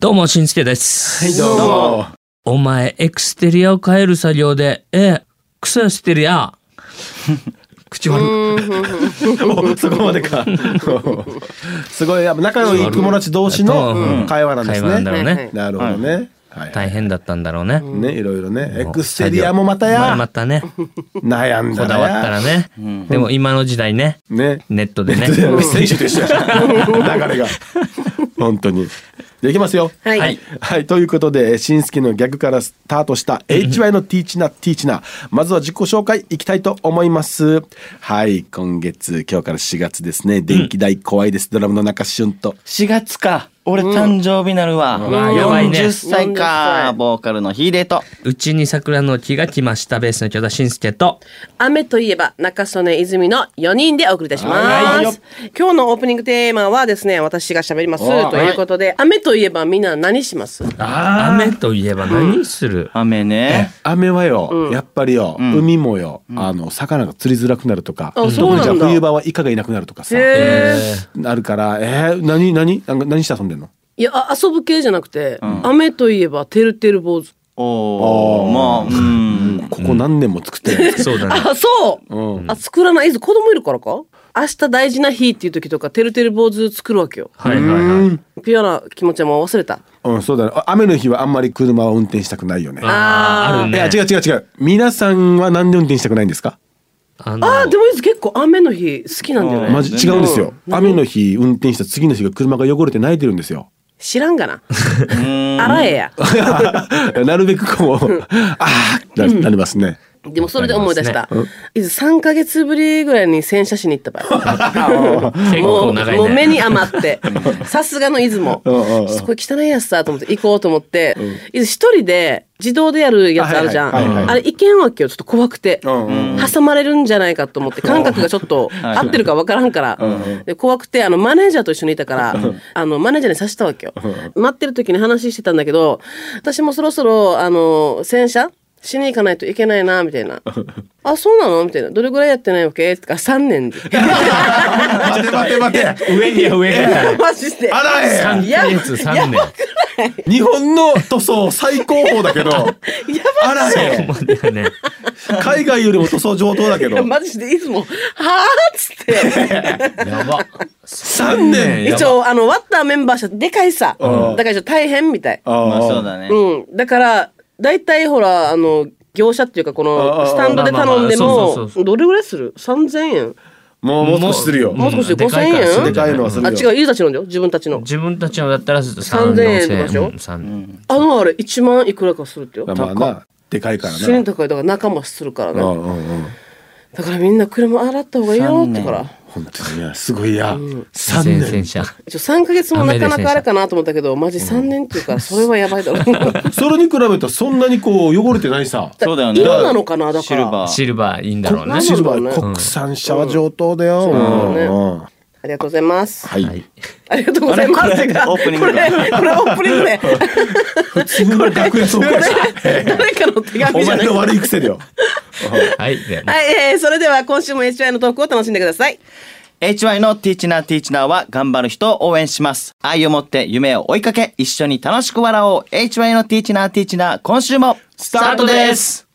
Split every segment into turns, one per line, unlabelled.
どうも、しんすけです。はい、
どうも。
お前、エクステリアを変える作業で、ええ、クソしてるや。口悪い。
おそこまでか。 すごい、やっぱ仲良い友達同士
う
の
ん
会話なんです
会話なんだ
ね。
ろう
はいは
ね
い。
なるほどね。はいは
大変だったんだろうね。
い。ね、いろいろね。エクステリアもまたや
ま。またね、こ
悩んだ
だ
な
わったら。ね。でも今の時代ね、
ね。
ネット でね。
選手と一緒や流れ が。本当に。できますよ。
はい。
はい
はい、ということで、しんすけの逆からスタートした HY のティーチナ、ティーチナ。まずは自己紹介いきたいと思います。はい、今月、今日から4月ですね。電気代怖いです。ドラムの中俊と。
4月か俺誕生日なるわ、
わやばいね
40歳か
40歳
ボーカルのヒーデーと
うちに桜の木が来ました。ベースの京田信介と。
雨といえば中曽根泉の4人でお送りいたし
はい
ます。今日のオープニングテーマはですね、私が喋ります
お
ということで、雨といえばみんな何します
雨といえば何する
雨ね
雨はよ、やっぱりよ、海もよ、あの、魚が釣りづらくなるとか、
あ
特
そう
に
なんだ
じゃあ冬場はイカがいなくなるとかさ、
へー
なるから、えー、何、何、なんか何して遊んでんの
いや、あ遊ぶ系じゃなくて、雨といえばてるてる坊主。
おおまあうん
ここ何年も作ってないです
そうだね。
あ、そう、
うん
あ、作らない。いつ子供いるからか明日大事な日っていう時とか、てるてる坊主作るわけよ。
はいはいはい。
ピュアな気持ちはもう忘れた。
うん、そうだね。あ雨の日はあんまり車は運転したくないよね。
あーある
いや
ね。
違う違う違う。皆さんはなんで運転したくないんですか？
あの
あー、でもいつ結構雨の日好きなんだよね。
マジ違うんですよ。雨の日運転した次の日が車が汚れて泣いてるんです よ。
知らんがな。洗えや。
なるべくこうああなりますね。
でもそれで思い出した。いつ3ヶ月ぶりぐらいに洗車しに行ったば
結
も
構
う、
長
もう
い
目
ね。
に余って。さすがの出雲。
うんうんうん
すごい汚いやつさと思って行こうと思って、いつ一人で自動でやるやつあるじゃん。
あはいはいはいはい
あれ行けんわけよ。ちょっと怖くて。
んうん
挟まれるんじゃないかと思って感覚がちょっと合ってるかわからんから、で怖くてあのマネージャーと一緒にいたからあのマネージャーに刺したわけよ待ってる時に話してたんだけど私もそろそろあの洗車しに行かないといけないなみたいな「あそうなの?」みたいな「どれぐらいやってないわけ?」とか3年で
待て待て待て。
上には上に は。
マジで
洗えや
三ヶ月三年。
日本の塗装最高峰だけど。洗えや
もうだよね。
海外よりも塗装上等だけ
い
ど
や。マジでいつも「はあ」っつって
やば。
三年
やば
一応あの割ったメンバー社でかいさだからちょっと大変みたい
あ
まあ
ー
そうだね、
うん、だから大体ほらあの業者っていうかこ
ああ
の
あ
スタンドで頼んで
まあまあまあそうそう
も
そう
どれぐらいする ?3000 円
もうもう少しするよ。
もう少しで
でかいから
5000
で
円
かいのはする
あ
よ。
違う家たちのだよ自分たちの
自分たちのだったら三
3000円とかでしょあのあれ1万いくらかするってよ
まあなでかいから
1000円
な。
高いだから仲間するから
う
ね
んうんうん。
だからみんな車洗った方がいいよってから
本当にねすごいや。三
三
年
年。車。
一応3ヶ月もなかなかあれかなと思ったけどマジ3年っていうからそれはやばいだろう
それに比べたらそんなにこう汚れてないさ。
そうだよね
色なのかなだ
シ
か
ル
ら
バー
シルバーいいんだろうね。
シルバ
なんだろう
ー
ね
国産車は上等だよ。
んそうだね
ん
ありがとうございます
は。
はいい。
ありがとうございます
あれこれ
が
オープニン
こ
グ
れこれオープニングで
普通の楽屋紹介者
誰かの手紙
お
じゃな
前
い
の悪い癖だよ。
はい。で
はい、えー、それでは今週も HY のトークを楽しんでください。
HY のティーチナーティーチナーは頑張る人を応援します愛を持って夢を追いかけ一緒に楽しく笑おう HY のティーチナーティーチナー今週もス
タートです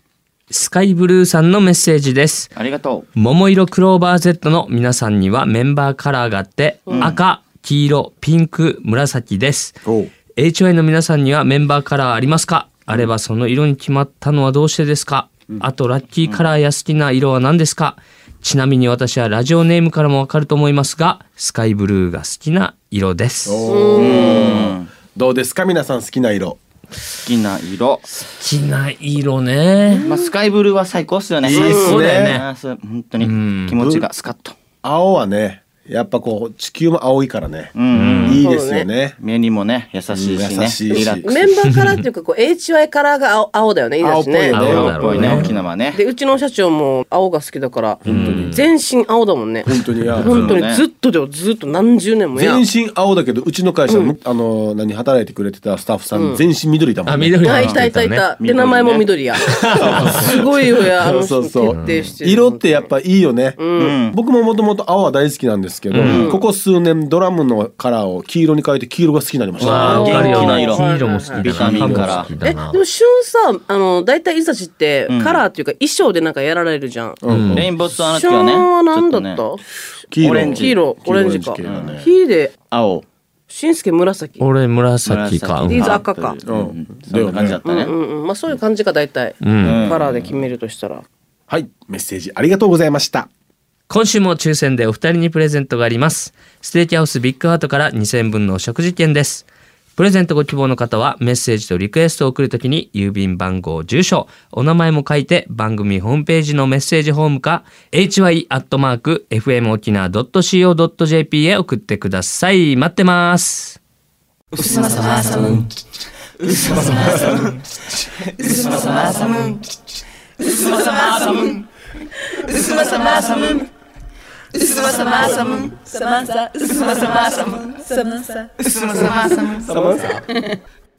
スカイブルーさんのメッセージです。
ありがとう
桃色クローバー Z の皆さんにはメンバーカラーがあって、赤、黄色、ピンク、紫です。
おう
HY の皆さんにはメンバーカラーありますかあればその色に決まったのはどうしてですか、あとラッキーカラーや好きな色は何ですかちなみに私はラジオネームからもわかると思いますが、スカイブルーが好きな色です。好
どうですか皆さん好きな色。
好きな色
きな色ね。
まあ、スカイブルーは最高っすよね。
いいっすねそうだよ
ね
ね。そう本当に気持ちがスカッと。
青はね、やっぱこう地球も青いからね。
うん。
いいですよね。
目にもね、優しいし
優
ね。
しいし
リラックス。
メンバーカラーっていうか、こう、HY カラーが青青だよね、いいですね。
青っぽいよ
青
ね
青
だ
っ
ろ
ぽ
う
いね、
ね。
沖縄ね。
で、うちの社長も青が好きだから、全身青だもんね。
本当にいや
本当
そう
に
ね
ずっとだよ、ずっと何十年もや。
全身青だけどうちの会社のあの何働いてくれてたスタッフさん全身緑だも
あ、
んね。
緑
あ、
入
い
ったて
いた
た
い
ね。
た。
ね
で、名前も緑や。すごいよや、あの
そ
人
うそうそう
徹底してる。
色ってやっぱいいよね。
うん。
僕ももともと青は大好きなんですけど、ここ数年ドラムのカラーを黄色に変えて黄色が好きになりまし
わ
た
あ
わ
ー
かるよ
元気な
ね
色
黄色も好きだな
ビタミン
赤も
か
好
ら
き
え
だ
で
な
も旬さあの大体いざちって
うん
カラーっていうか衣装でなんかやられるじゃん。
うん
レインボーツアナキ
旬
はね。
は何だっ
ちょとね
た？
黄色
オレンジ
黄色オレンジ
黄色
か
系だね。
火で
青。
しんすけ紫。
俺紫か
紫
リーズ
う
赤か
うんうん。そんな感じだった
うん
ね。
うんうんまあそういう感じが大体
ん
うん
カラーで決めるとしたら。
はいメッセージありがとうございました
今週も抽選でお二人にプレゼントがありますステーキハウスビッグハートから2000分のお食事券ですプレゼントご希望の方はメッセージとリクエストを送るときに郵便番号住所お名前も書いて番組ホームページのメッセージホームか hy.fmokina.co.jp へ送ってください待ってます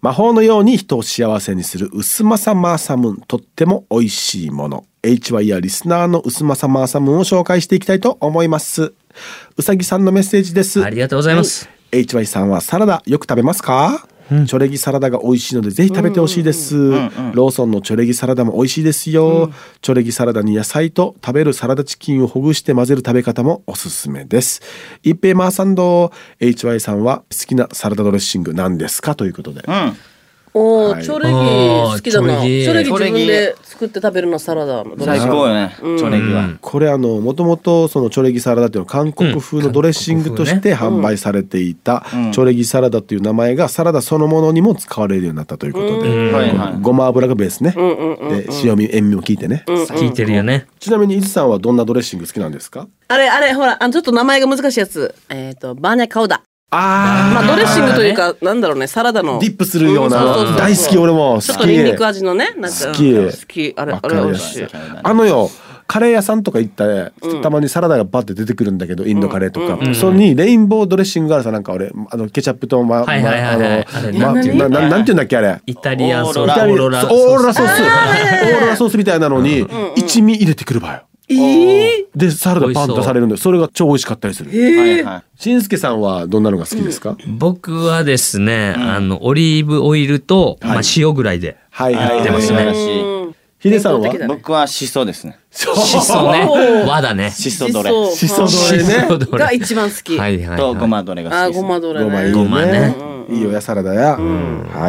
魔法のように人を幸せにする薄まさマーサムーンとっても美味しいもの HY やリスナーの薄まさマーサムーンを紹介していきたいと思いますうさぎさんのメッセージです
ありがとうございます、
HY さんはサラダよく食べますか、チョレギサラダが美味しいのでぜひ食べてほしいです、ローソンのチョレギサラダも美味しいですよ、チョレギサラダに野菜と食べるサラダチキンをほぐして混ぜる食べ方もおすすめです一平マーサンド HY さんは好きなサラダドレッシング何ですかということで、
うん。
おお
はい
チョレギ好きだ
あ
な。
ー
チョレギ
チョ
自
レギ
分で作って食べるのサラダの。
最高よね。チョネギは。
これあのもともとそのチョレギサラダっていうのは韓国風のドレッシングとして販売されていたチョレギサラダという名前がサラダそのものにも使われるようになったということで
はいはい
ごま油がベースねで塩味塩味も効いてね
聞いてるよね
ちなみに伊豆さんはどんなドレッシング好きなんですか
あれあれほらあのちょっと名前が難しいやつ。えっとバーニャカウダ。
あ
まあドレッシングというかなんだろうねサラダの
ディップするよう
うんそうそうそ
な
う
大好き俺も
ちょっ
好
と
き
ニンニク味のねなんか
好き
うん好きあれ
わ
あ
か
れ
る
美
や
味しい
つ。あのよカレー屋さんとか行ったらたまにサラダがバッて出てくるんだけどインドカレーとか、それにレインボードレッシングがあるさなんか俺あのケチャップとまま
はいはいはいはいあ
あ
れ
のま
何
なななんていうんだっけあれ
イタリアンソー
オ
ス
ー
オーロラ
そうオーロラソースオーロラソースみたいなのに一味入れてくる場合
え
でサラダパンと出されるんでそれが超美味しかったりする
はいはい。
しんすけさんはどんなのが好きですか、
僕はですね、あのオリーブオイルと、まあ、塩ぐらい で
はいはい
やってます
素晴
ね
ら。しい。
ヒデさんは
伝統的だね
僕はシソですね。
しそね。和だね。
シ
し
ソドレ。
し
シ
そどれね
そどれ
が一番好き。
はいはい、
とご
は
まドレが
あーご
好きですね。
まどれ
ごまい
ね。
い
ごまね
ね。いいおやサラダや、は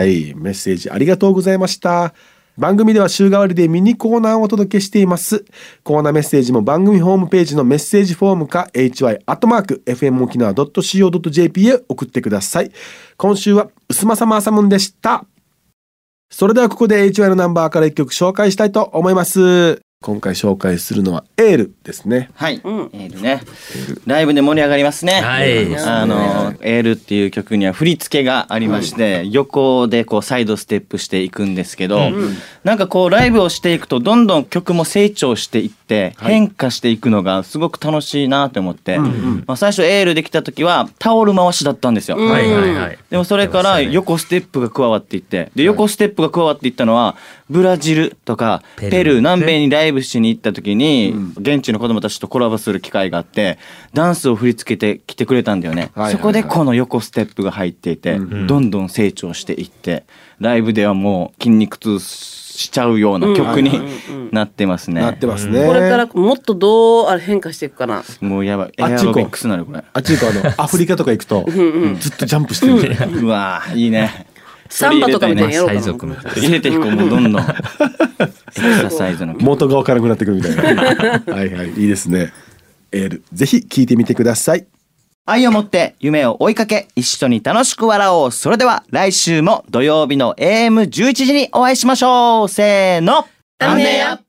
い、メッセージありがとうございました。番組では週替わりでミニコーナーをお届けしています。コーナーメッセージも番組ホームページのメッセージフォームか hy.fmokinawa.co.jp へ送ってください。今週は薄まさまあさむんでした。それではここで HY のナンバーから一曲紹介したいと思います。今回紹介するのはエールですね。
はい。エールね。ライブで盛り上がりますね。
はい
あのエールっていう曲には振り付けがありまして、横でこうサイドステップしていくんですけど、なんかこうライブをしていくとどんどん曲も成長していって変化していくのがすごく楽しいなと思って、まあ最初エールできた時はタオル回しだったんですよ。
いはいはいはい。
でもそれから横ステップが加わっていってで横ステップが加わっていったのはブラジルとか
ペルー
ペルー南米にライブしに行った時に現地の子供たちとコラボする機会があってダンスを振り付けてきてくれたんだよね
はいはいはい
そこでこの横ステップが入っていてどんどん成長していってライブではもう筋肉痛しちゃうような曲になってます
なっ
ね
てますね。
これからもっとどうあれ変化していくかな。
もうやばいエ
あっ
ア
ち行こう
ロビックスなるこれ
あっち行くあのアフリカとか行くとずっとジャンプしてる。
うわーい いね
サンバとかみたいにやろうか
最
な。
速みたい
入れていこうもうど んどんエクササイズの曲
元が分からなくなってくるみたいなはいはいいいですねエールぜひ聞いてみてください
愛を持って夢を追いかけ一緒に楽しく笑おうそれでは来週も土曜日の AM11 時にお会いしましょうせーの
ダメだよ